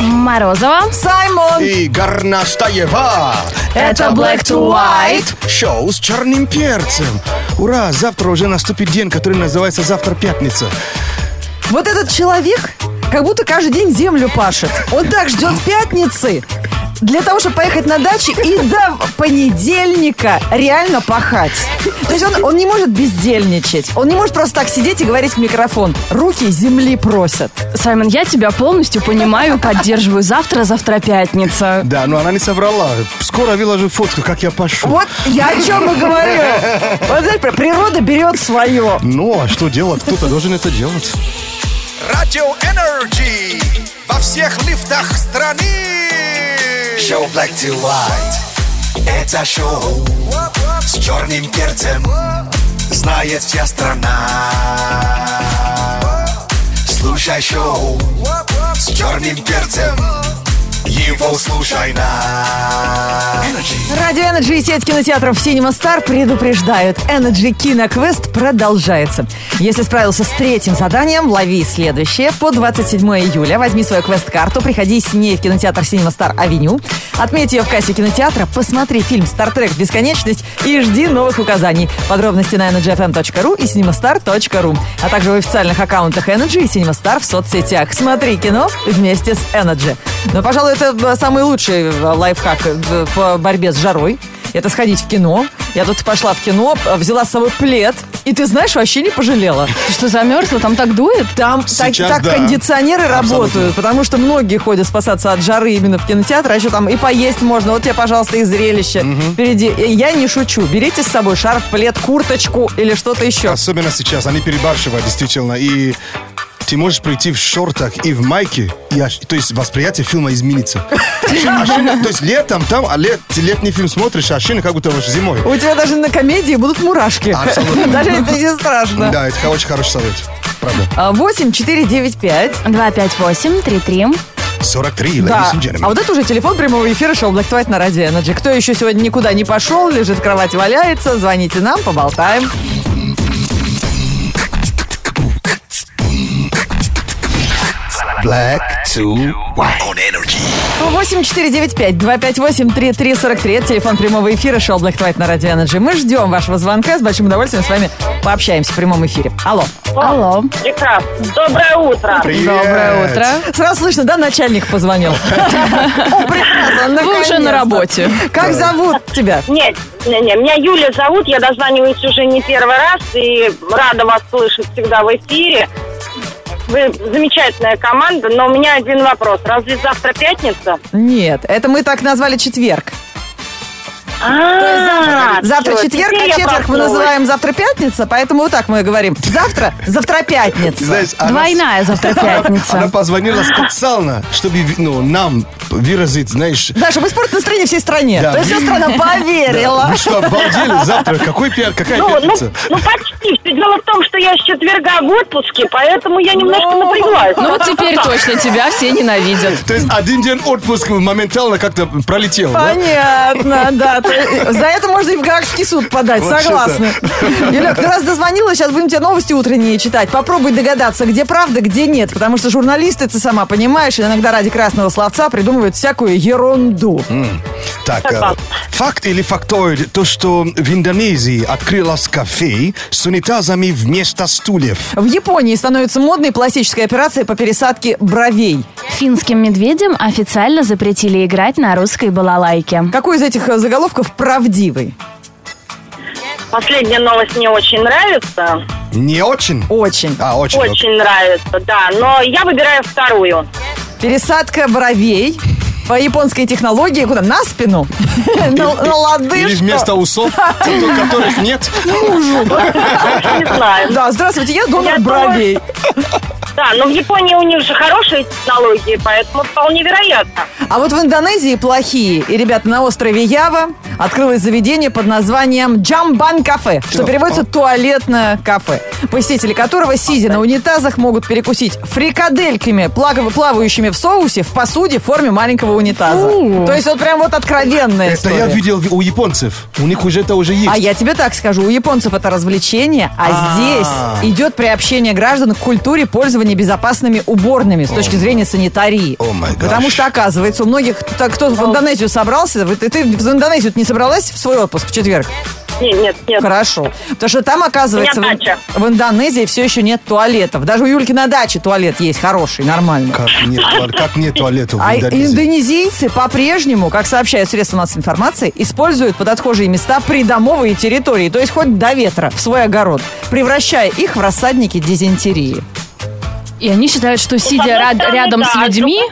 Морозова. Саймон. И Гарнаштаева. Это Black to White. Шоу с черным перцем. Ура, завтра уже наступит день, который называется «Завтра пятница». Вот этот человек как будто каждый день землю пашет. Он так ждет пятницы для того, чтобы поехать на дачу и до понедельника реально пахать. То есть он, он не может бездельничать. Он не может просто так сидеть и говорить в микрофон. Руки земли просят. Саймон, я тебя полностью понимаю, поддерживаю. Завтра, завтра пятница. Да, но она не соврала. Скоро выложу фотку, как я пашу. Вот я о чем и говорю. Вот знаешь, природа берет свое. Ну, а что делать? Кто-то должен это делать. Радио Энерджи во всех лифтах страны. Шоу Black to White. Это шоу с черным перцем. Знает вся страна. Слушай шоу с черным перцем. Его слушай на. Energy. Радио Energy и сеть кинотеатров Cinema Star предупреждают. Energy Киноквест продолжается. Если справился с третьим заданием, лови следующее. По 27 июля возьми свою квест-карту, приходи с ней в кинотеатр Cinema Star Авеню, отметь ее в кассе кинотеатра, посмотри фильм «Стартрек. Бесконечность» и жди новых указаний. Подробности на energyfm.ru и cinemastar.ru, а также в официальных аккаунтах Energy и Cinema Star в соцсетях. Смотри кино вместе с Energy. Но, пожалуй, это э, самый лучший э, лайфхак э, по борьбе с жарой. Это сходить в кино. Я тут пошла в кино, э, взяла с собой плед, и ты знаешь, вообще не пожалела. Ты что, замерзла? Там так дует? Там так- Сейчас так, да. кондиционеры Абсолютно. работают, потому что многие ходят спасаться от жары именно в кинотеатр, а еще там и поесть можно. Вот тебе, пожалуйста, и зрелище впереди. И Я не шучу. Берите с собой шарф, плед, курточку или что-то еще. Особенно сейчас, они перебарщивают, действительно. И ты можешь прийти в шортах и в майке, и аж- то есть восприятие фильма изменится. Ощущение- То есть летом там, а лет, ты летний фильм смотришь, а ощущение как будто вот зимой. У тебя даже на комедии будут мурашки. Абсолютно. Даже это не страшно. Да, это очень хороший совет. Правда. А, 8 4 9 5 258 33 43, ladies Да. and gentlemen. А вот это уже телефон прямого эфира шоу Black to White на радио Energy. Кто еще сегодня никуда не пошел, лежит в кровати, валяется, звоните нам, поболтаем. Black to White. On Energy. 8495-258-3343. Это Телефон прямого эфира шоу Black to White на радио Energy. Мы ждем вашего звонка. С большим удовольствием с вами пообщаемся в прямом эфире. Алло. Алло. Прекрасно. Доброе утро. Привет. Доброе утро. Сразу слышно, да, начальник позвонил? О, Вы уже прекрасно, наконец-то. на работе. Как зовут тебя? Нет, не, не, меня Юля зовут, я дозваниваюсь уже не первый раз и рада вас слышать всегда в эфире. Вы замечательная команда, но у меня один вопрос. Разве завтра пятница? Нет, это мы так назвали четверг. А, Завтра всё, четверг, теперь а я четверг мы проснулась. называем завтра пятница, поэтому вот так мы и говорим. Завтра, завтра Ты пятница. знаешь, она- Двойная завтра Она пятница. позвонила специально, чтобы ну, нам выразить, знаешь... Да, чтобы испортить настроение всей стране. Да. То есть вся страна поверила. Вы что, обалдели? Завтра какой пя- какая Ну, ну, пятница? ну, почти. Все дело в том, что я с четверга в отпуске, поэтому я немножко напряглась. Ну вот теперь точно тебя все ненавидят. То есть один день отпуска моментально как-то пролетел, да? Понятно, да. Ты- За это можно и в Гаагский суд подать, Вот согласна. Юля, ты раз дозвонила, сейчас будем тебе новости утренние читать. Попробуй догадаться, где правда, где нет. Потому что журналисты, ты сама понимаешь, иногда ради красного словца придумывают всякую ерунду. Так, э, Согласна. факт или фактоид, то, что в Индонезии открылось кафе с унитазами вместо стульев. В Японии становится модной пластическая операция по пересадке бровей. Финским медведям официально запретили играть на русской балалайке. Какой из этих э, заголовков правдивый? Последняя новость мне очень нравится. Не очень? Очень. А, очень. Очень нравится, да. Но я выбираю вторую. Пересадка бровей по японской технологии куда? На спину? На на Или лодыжку? вместо усов, которых нет. Не знаю. Да, здравствуйте, я донор Я бровей. Да, но в Японии у них же хорошие технологии, поэтому вполне вероятно. А вот в Индонезии плохие. И ребята на острове Ява открылось заведение под названием Джамбан кафе, что Чё? переводится туалетное кафе, посетители которого, сидя на унитазах, могут перекусить фрикадельками, плага- плавающими в соусе, в посуде в форме маленького унитаза. Фу. То есть вот прям вот откровенная Это история. я видел у японцев. У них уже это уже есть. А я тебе так скажу, у японцев это развлечение, а А. здесь идет приобщение граждан к культуре пользования безопасными уборными с точки зрения санитарии. О май гаш. Потому что, оказывается, у многих, так, кто в Индонезию собрался, вы- ты, ты в Индонезию не собралась в свой отпуск в четверг? Нет, нет, нет. Хорошо. Потому что там, оказывается, У в, меня дача. в Индонезии все еще нет туалетов. Даже у Юльки на даче туалет есть хороший, нормальный. Как нет, туал- как нет туалета в А Индонезии? индонезийцы по-прежнему, как сообщают средства массовой информации, используют под отхожие места придомовые территории, то есть хоть до ветра, в свой огород, превращая их в рассадники дизентерии. И они считают, что сидя одной ряд- стороны, рядом да, с а с людьми,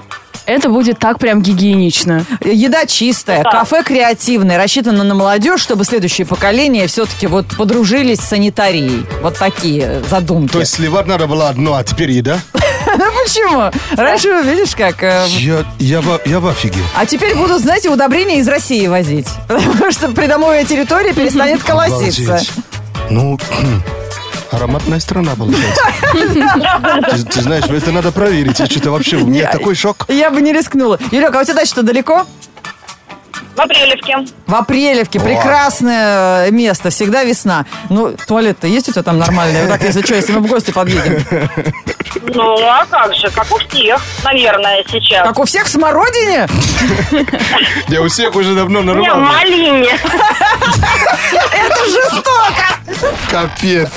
это будет так прям гигиенично. Еда чистая, Да. кафе креативное, рассчитано на молодежь, чтобы следующее поколение все-таки вот подружились с санитарией. Вот такие э, задумки. То есть сливать надо было одно, а теперь еда? Ну почему? Раньше, видишь, как... э, Я, я, во- я в офиге. А теперь будут, знаете, удобрения из России возить. Потому что придомовая территория перестанет колоситься. Обалдеть. Ну, ароматная страна получается. Ты, ты знаешь, это надо проверить. Я что-то вообще... У меня такой шок. Я бы не рискнула. Юлек, а у тебя дача-то далеко? В Апрелевке. В Апрелевке. Прекрасное э, место. Всегда весна. Ну, туалет-то есть у тебя там нормальный? Вот так, если что, если мы в гости подъедем. Ну, а как же, как у всех, наверное, сейчас. Как у всех в смородине? Я у всех уже давно у меня в нормально. малине. Это жестоко! Капец.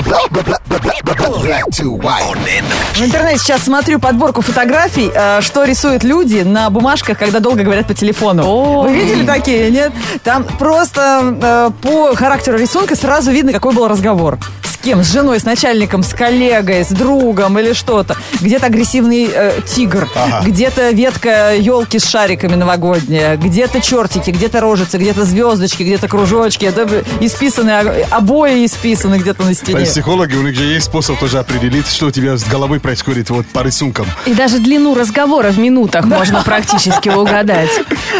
Black to white. On energy. В интернете сейчас смотрю подборку фотографий, э, что рисуют люди на бумажках, когда долго говорят по телефону. Вы видели такие, нет? Там просто э, по характеру рисунка сразу видно, какой был разговор. С кем? С женой, с начальником, с коллегой, с другом или что-то. Где-то агрессивный э, тигр, где-то ветка елки с шариками новогодняя, где-то чертики, где-то рожицы, где-то звездочки, где-то кружочки. Это б- исписаны, о- обои исписаны где-то на стене. Психологи, у них же есть способ тоже определить, что у тебя с головой происходит вот по рисункам. И даже длину разговора в минутах можно практически угадать.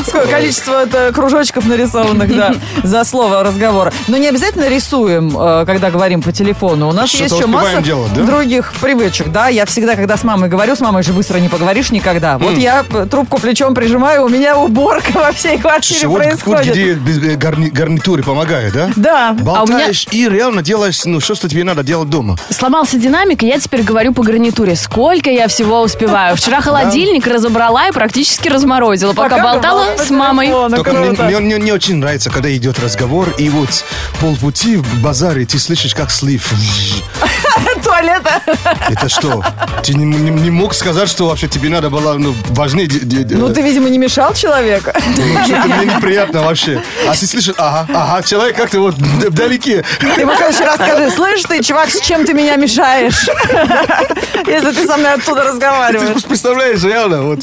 Сколько количество это кружочков нарисованных, да, за слово разговора. Но не обязательно рисуем, э, когда говорим по телефону. У нас Что-то есть еще успеваем масса делать, да? других привычек, да. Я всегда, когда с мамой говорю, с мамой же быстро не поговоришь никогда. Вот я э, трубку плечом прижимаю, у меня уборка во всей квартире Вот вот происходит. где без- э, гарни- гарнитуре помогает, да? Да. А Болтаешь и реально делаешь, ну, что, что тебе надо делать дома. Сломался динамик, и я теперь говорю по гарнитуре. Сколько я всего успеваю. Вчера холодильник разобрала и практически разморозила, пока болтала говорила с по мамой. телефону, Только мне, круто. мне- мне не очень нравится, когда идет разговор, и вот полпути в базаре ты слышишь, как слив. Туалета. Это что? Ты не, не- не мог сказать, что вообще тебе надо было ну, важнее... де- де- де- Ну, ты, видимо, не мешал человеку. Ну, что-то мне неприятно вообще. А ты слышишь, ага, ага, человек как-то вот вд- вдалеке. Ты ему в следующий раз скажи, слышь ты, чувак, с чем ты меня мешаешь? Если ты со мной оттуда разговариваешь. Ты представляешь, реально, вот.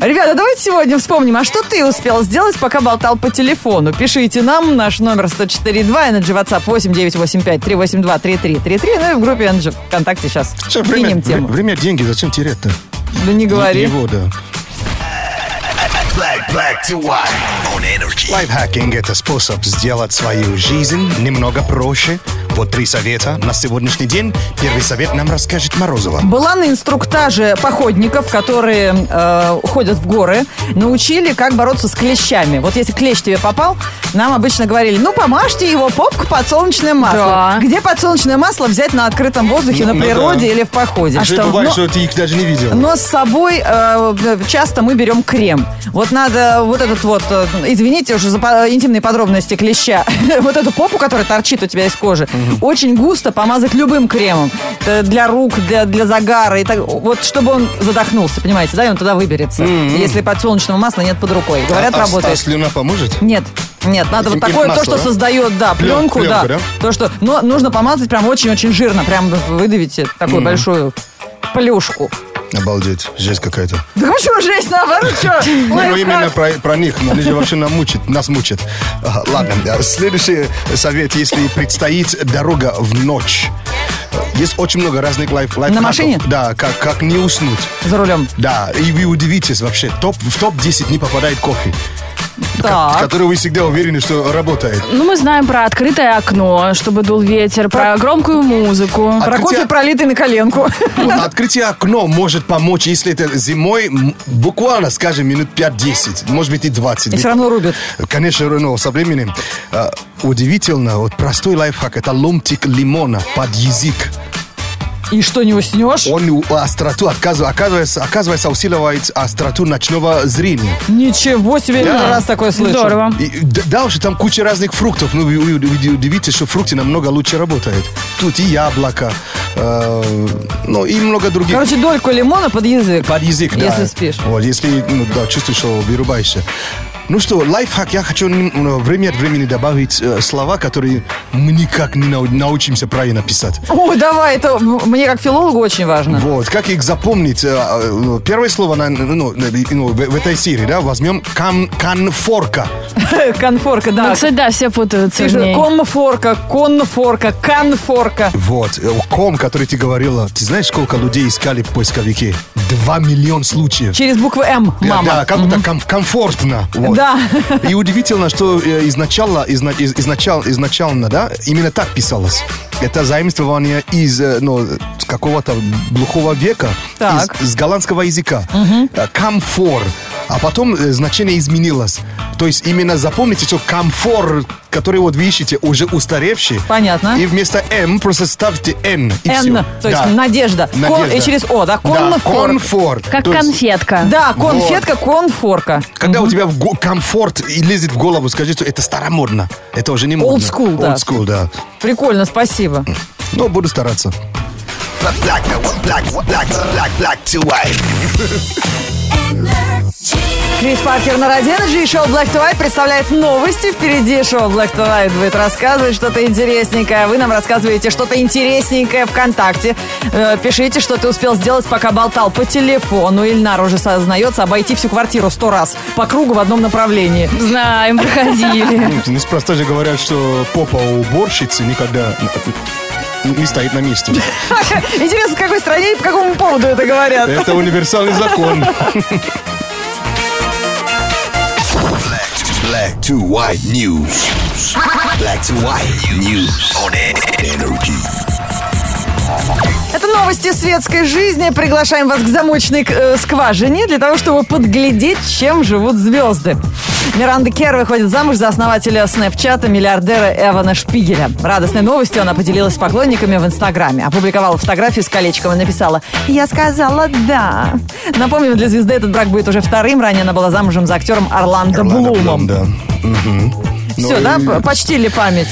Ребята, давайте сегодня вспомним, а что ты успел сделать, пока болтал по телефону? Пишите нам, наш номер 104.2, Energy WhatsApp 8985-382-3333, ну и в группе Energy ВКонтакте сейчас Всё, кинем время, тему. время, деньги, зачем терять-то? Да не говори. Его, да. Black, black to white. On energy. Лайфхакинг – это способ сделать свою жизнь немного проще. Вот три совета на сегодняшний день. Первый совет нам расскажет Морозова. Была на инструктаже походников, которые э, ходят в горы, научили, как бороться с клещами. Вот если клещ тебе попал, нам обычно говорили, ну помажьте его попку подсолнечным маслом. Да. Где подсолнечное масло взять на открытом воздухе, Ну, на ну да. природе или в походе? А Уже что? бывает, Ну- что ты их даже не видел. Но с собой э, часто мы берем крем. Вот надо вот этот вот, э, извините уже за по- интимные подробности клеща, вот эту попу, которая торчит у тебя из кожи, очень густо помазать любым кремом. Э, Для рук, для, для загара. И так, вот чтобы он задохнулся, понимаете, да, и он туда выберется. Если подсолнечного масла нет под рукой. Говорят, а, а работает. слюна поможет? Нет, нет, надо вот Им- им такое, то, масло, что да? создает, да, Плен- пленку, да, пленку, да? То, что, но нужно помазать прям очень-очень жирно, прям выдавите такую большую плюшку. Обалдеть, жесть какая-то. Да почему жесть, наоборот, что? Не, ну именно про, про них. Они же вообще нам мучат, нас мучат. А, Ладно, а, следующий совет, если предстоит дорога в ночь. Есть очень много разных лайф, лайфхаков. машине? Да, как, как не уснуть. За рулем. Да, и вы удивитесь вообще. Топ, в топ-10 не попадает кофе. Так. который вы всегда уверены, что работает. Ну, мы знаем про открытое окно, чтобы дул ветер, про громкую музыку. Про Открытие- кофе, пролитый на коленку. Открытие окно может помочь, если это зимой, м, буквально, скажем, минут 5-10, может быть и 20. И все равно рубят. Конечно, но со временем. Э, удивительно, вот простой лайфхак, это ломтик лимона под язык. И что, не уснешь? Он у- остроту отказыв- оказывается, оказывается усиливает остроту ночного зрения. Ничего себе, я первый раз такое слышу. Здорово. И д- дальше там куча разных фруктов. Ну, вы уд- уд- удивитесь, что фрукты намного лучше работают. Тут и яблоко, э, ну, и много других. Короче, дольку лимона под язык. под язык, да. Если спишь. Вот, если ну, да, чувствуешь, что вырубаешься. Ну что, лайфхак, я хочу м, ну, время от времени добавить э, слова, которые мы никак не нау- научимся правильно писать. Ой, давай, это м- мне как филологу очень важно. Вот, как их запомнить? Э, э, ну, Первое слово на- ну, э, ну, в, в этой серии, да, возьмем кан- конфорка. Конфорка, Ну, да. кстати, да, все путаются Ты в же ней. конфорка, конфорка, конфорка. Вот, э, ком, который ты говорила, ты знаешь, сколько людей искали в поисковике? Два миллион случаев. Через букву М, Да, мама. Да, как будто ком- комфортно. вот. Да. И удивительно, что э, изначально, изна- из- изначал- изначально, да, именно так писалось. Это заимствование из э, ну, с какого-то глухого века, Так. из, с голландского языка. Э, Камфор. А потом э, значение изменилось. То есть именно запомните, что камфор, который вот вы ищете, уже устаревший. Понятно. И вместо М просто ставьте Н. И Н, всё. то есть Да. надежда. Кон- Надежда. и через О, да, Да, конфорка. конфор. Как То есть- конфетка. Да, конфетка, конфорка. Когда у тебя в го- комфорт и лезет в голову, скажи, что это старомодно. Это уже не модно. Old school, да. Old school, да. Прикольно, спасибо. Но буду стараться. Black, black, black, black, black to white. Крис Паркер на Роденеджи и шоу Black to White представляет новости. Впереди шоу Black to White будет рассказывать что-то интересненькое. Вы нам рассказываете что-то интересненькое ВКонтакте. Э, Пишите, что ты успел сделать, пока болтал по телефону. Ильнар уже сознается обойти всю квартиру сто раз по кругу в одном направлении. Знаем, проходили. Ну, Неспроста же говорят, что попа у уборщицы никогда не стоит на месте. Интересно, в какой стране и по какому поводу это говорят. Это универсальный закон. Black to, black to white news. Black to white news on energy. Это новости светской жизни. Приглашаем вас к замочной э, скважине для того, чтобы подглядеть, чем живут звезды. Миранда Кер выходит замуж за основателя снэпчата миллиардера Эвана Шпигеля. Радостной новостью она поделилась с поклонниками в Инстаграме. Опубликовала фотографию с колечком и написала «Я сказала да». Напомним, для звезды этот брак будет уже вторым. Ранее она была замужем за актером Орландо, Ладно, Блумом. Да. Все, Ну, да, и- п- почтили память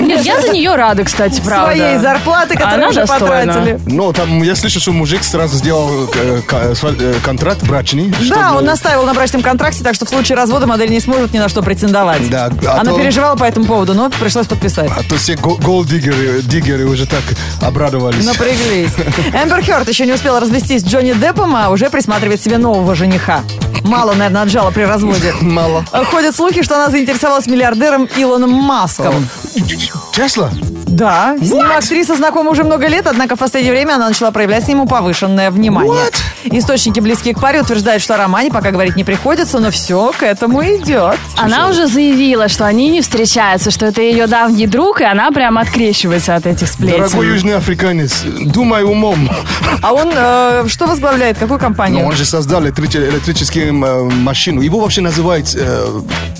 Нет, я за нее рада, кстати, правда. своей зарплаты, которую Она уже достойна. потратили. Но там я слышу, что мужик сразу сделал э, ка- э, свал- э, контракт брачный. Да, чтобы- он настаивал на брачном контракте, так что в случае развода модель не сможет ни на что претендовать. Да, а Она то- переживала по этому поводу, но пришлось подписать. А то все го- голдиггеры диггеры уже так обрадовались. Напряглись. Эмбер Хёрд еще не успела развестись с Джонни Деппом, а уже присматривает себе нового жениха. Мало, наверное, отжала при разводе. Мало. Ходят слухи, что она заинтересовалась миллиардером Илоном Маском. Тесла? Да, с ним актриса знакома уже много лет, однако в последнее время она начала проявлять к нему повышенное внимание. What? Источники, близкие к паре, утверждают, что о романе пока говорить не приходится, но все к этому идет. Она уже заявила, что они не встречаются, что это ее давний друг, и она прям открещивается от этих Дорогой сплетен. южный африканец, думай умом. А он э, что возглавляет? Какую Но компанию? Ну, он же создал электриче- электрическую м, э, машину. Его вообще называют э,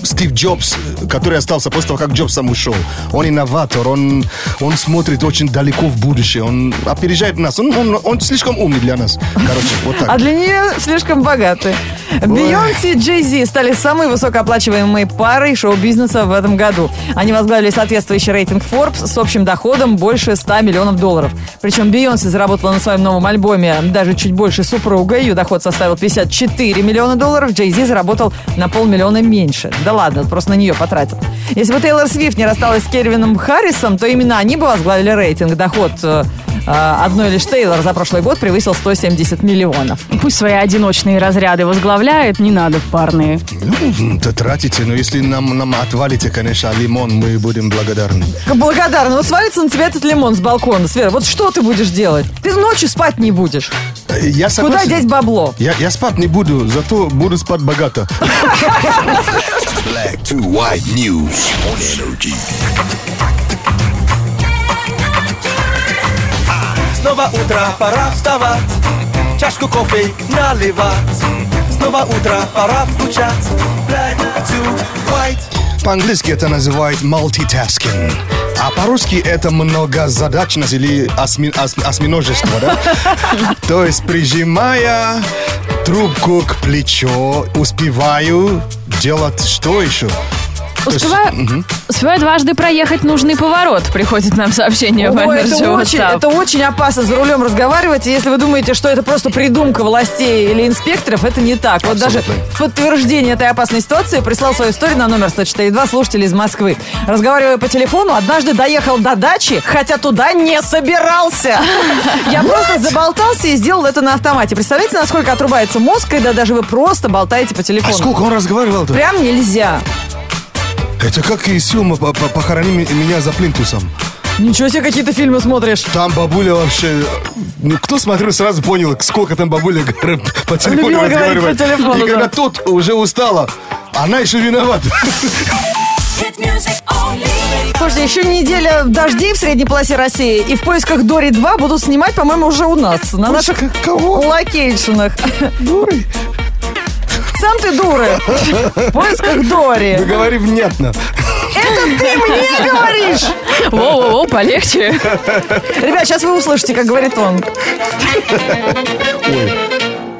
Стив Джобс, который остался после того, как Джобс сам ушел. Он инноватор, он, он смотрит очень далеко в будущее, он опережает нас. Он, он- он слишком умный для нас. Короче, вот так. А для нее слишком богаты. Ну, Бейонсе и Джей Зи стали самой высокооплачиваемой парой шоу-бизнеса в этом году. Они возглавили соответствующий рейтинг Forbes с общим доходом больше 100 миллионов долларов. Причем Бейонсе заработала на своем новом альбоме даже чуть больше супруга. Ее доход составил 54 миллиона долларов. Джей Зи заработал на полмиллиона меньше. Да ладно, просто на нее потратил. Если бы Тейлор Свифт не рассталась с Кельвином Харрисом, то именно они бы возглавили рейтинг. Доход э, э, одной лишь Тейлор за прошлый год превысил 170 миллионов. Пусть свои одиночные разряды возглавляет, не надо в парные. Ну, т- тратите, но если нам, нам отвалите, конечно, лимон, мы будем благодарны. Благодарна. Вот свалится на тебя этот лимон с балкона, Свера. Вот что ты будешь делать? Ты ночью спать не будешь. Э, Я Куда согласен. деть бабло? Я, я спать не буду, зато буду спать богато. Black to white news on energy. Снова утро, пора вставать Чашку кофе наливать Снова утро, пора включать Black to white По-английски это называют multitasking. А по-русски это многозадачность или осьми- ос- осьминожество, да? То есть прижимая трубку к плечу, успеваю делать что еще? То есть, Успеваю, успеваю дважды проехать нужный поворот, приходит нам сообщение в Ой, это, Energy очень, WhatsApp. это очень опасно за рулем разговаривать. И если вы думаете, что это просто придумка властей или инспекторов, это не так. Вот даже Абсолютно. в подтверждение этой опасной ситуации прислал свою историю на номер 104.2 слушатель из Москвы. Разговаривая по телефону, однажды доехал до дачи, хотя туда не собирался. Я просто заболтался и сделал это на автомате. Представляете, насколько отрубается мозг, когда даже вы просто болтаете по А телефону? сколько он разговаривал-то? Прям нельзя. Это как из фильма «По- по- «Похорони ме- меня за плинтусом». Ничего себе, какие-то фильмы смотришь. Там бабуля вообще... Ну, кто смотрел, сразу понял, сколько там бабуля по телефону Любила говорить разговаривает. по телефону, да. И когда тот уже устала, она еще виновата. Hit music only. Слушайте, еще неделя дождей в средней полосе России, и в поисках Дори 2 будут снимать, по-моему, уже у нас, на наших Поисках кого? локейшенах. Дуры. Сам ты дуры. В поисках Дори. Ты говори внятно. Это ты мне говоришь. Воу-воу-воу, полегче. Ребят, сейчас вы услышите, как говорит он.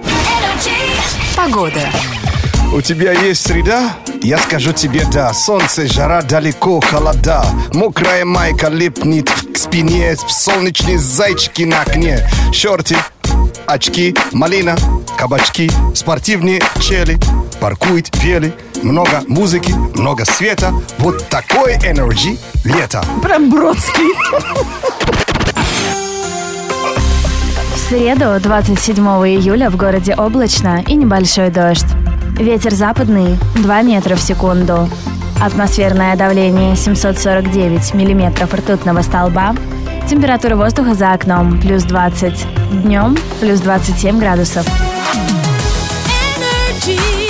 Energy. Погода. У тебя есть среда? Я скажу тебе да. Солнце, жара далеко, холода. Мокрая майка липнет к спине. Солнечные зайчики на окне. Шорты, очки, малина, кабачки. Спортивные чели. Паркует вели. Много музыки, много света. Вот такой энергии лето. Прям Бродский. В среду, 27 июля, в городе облачно и небольшой дождь. Ветер западный 2 метра в секунду. Атмосферное давление 749 миллиметров ртутного столба. Температура воздуха за окном плюс 20. Днем плюс 27 градусов. Energy.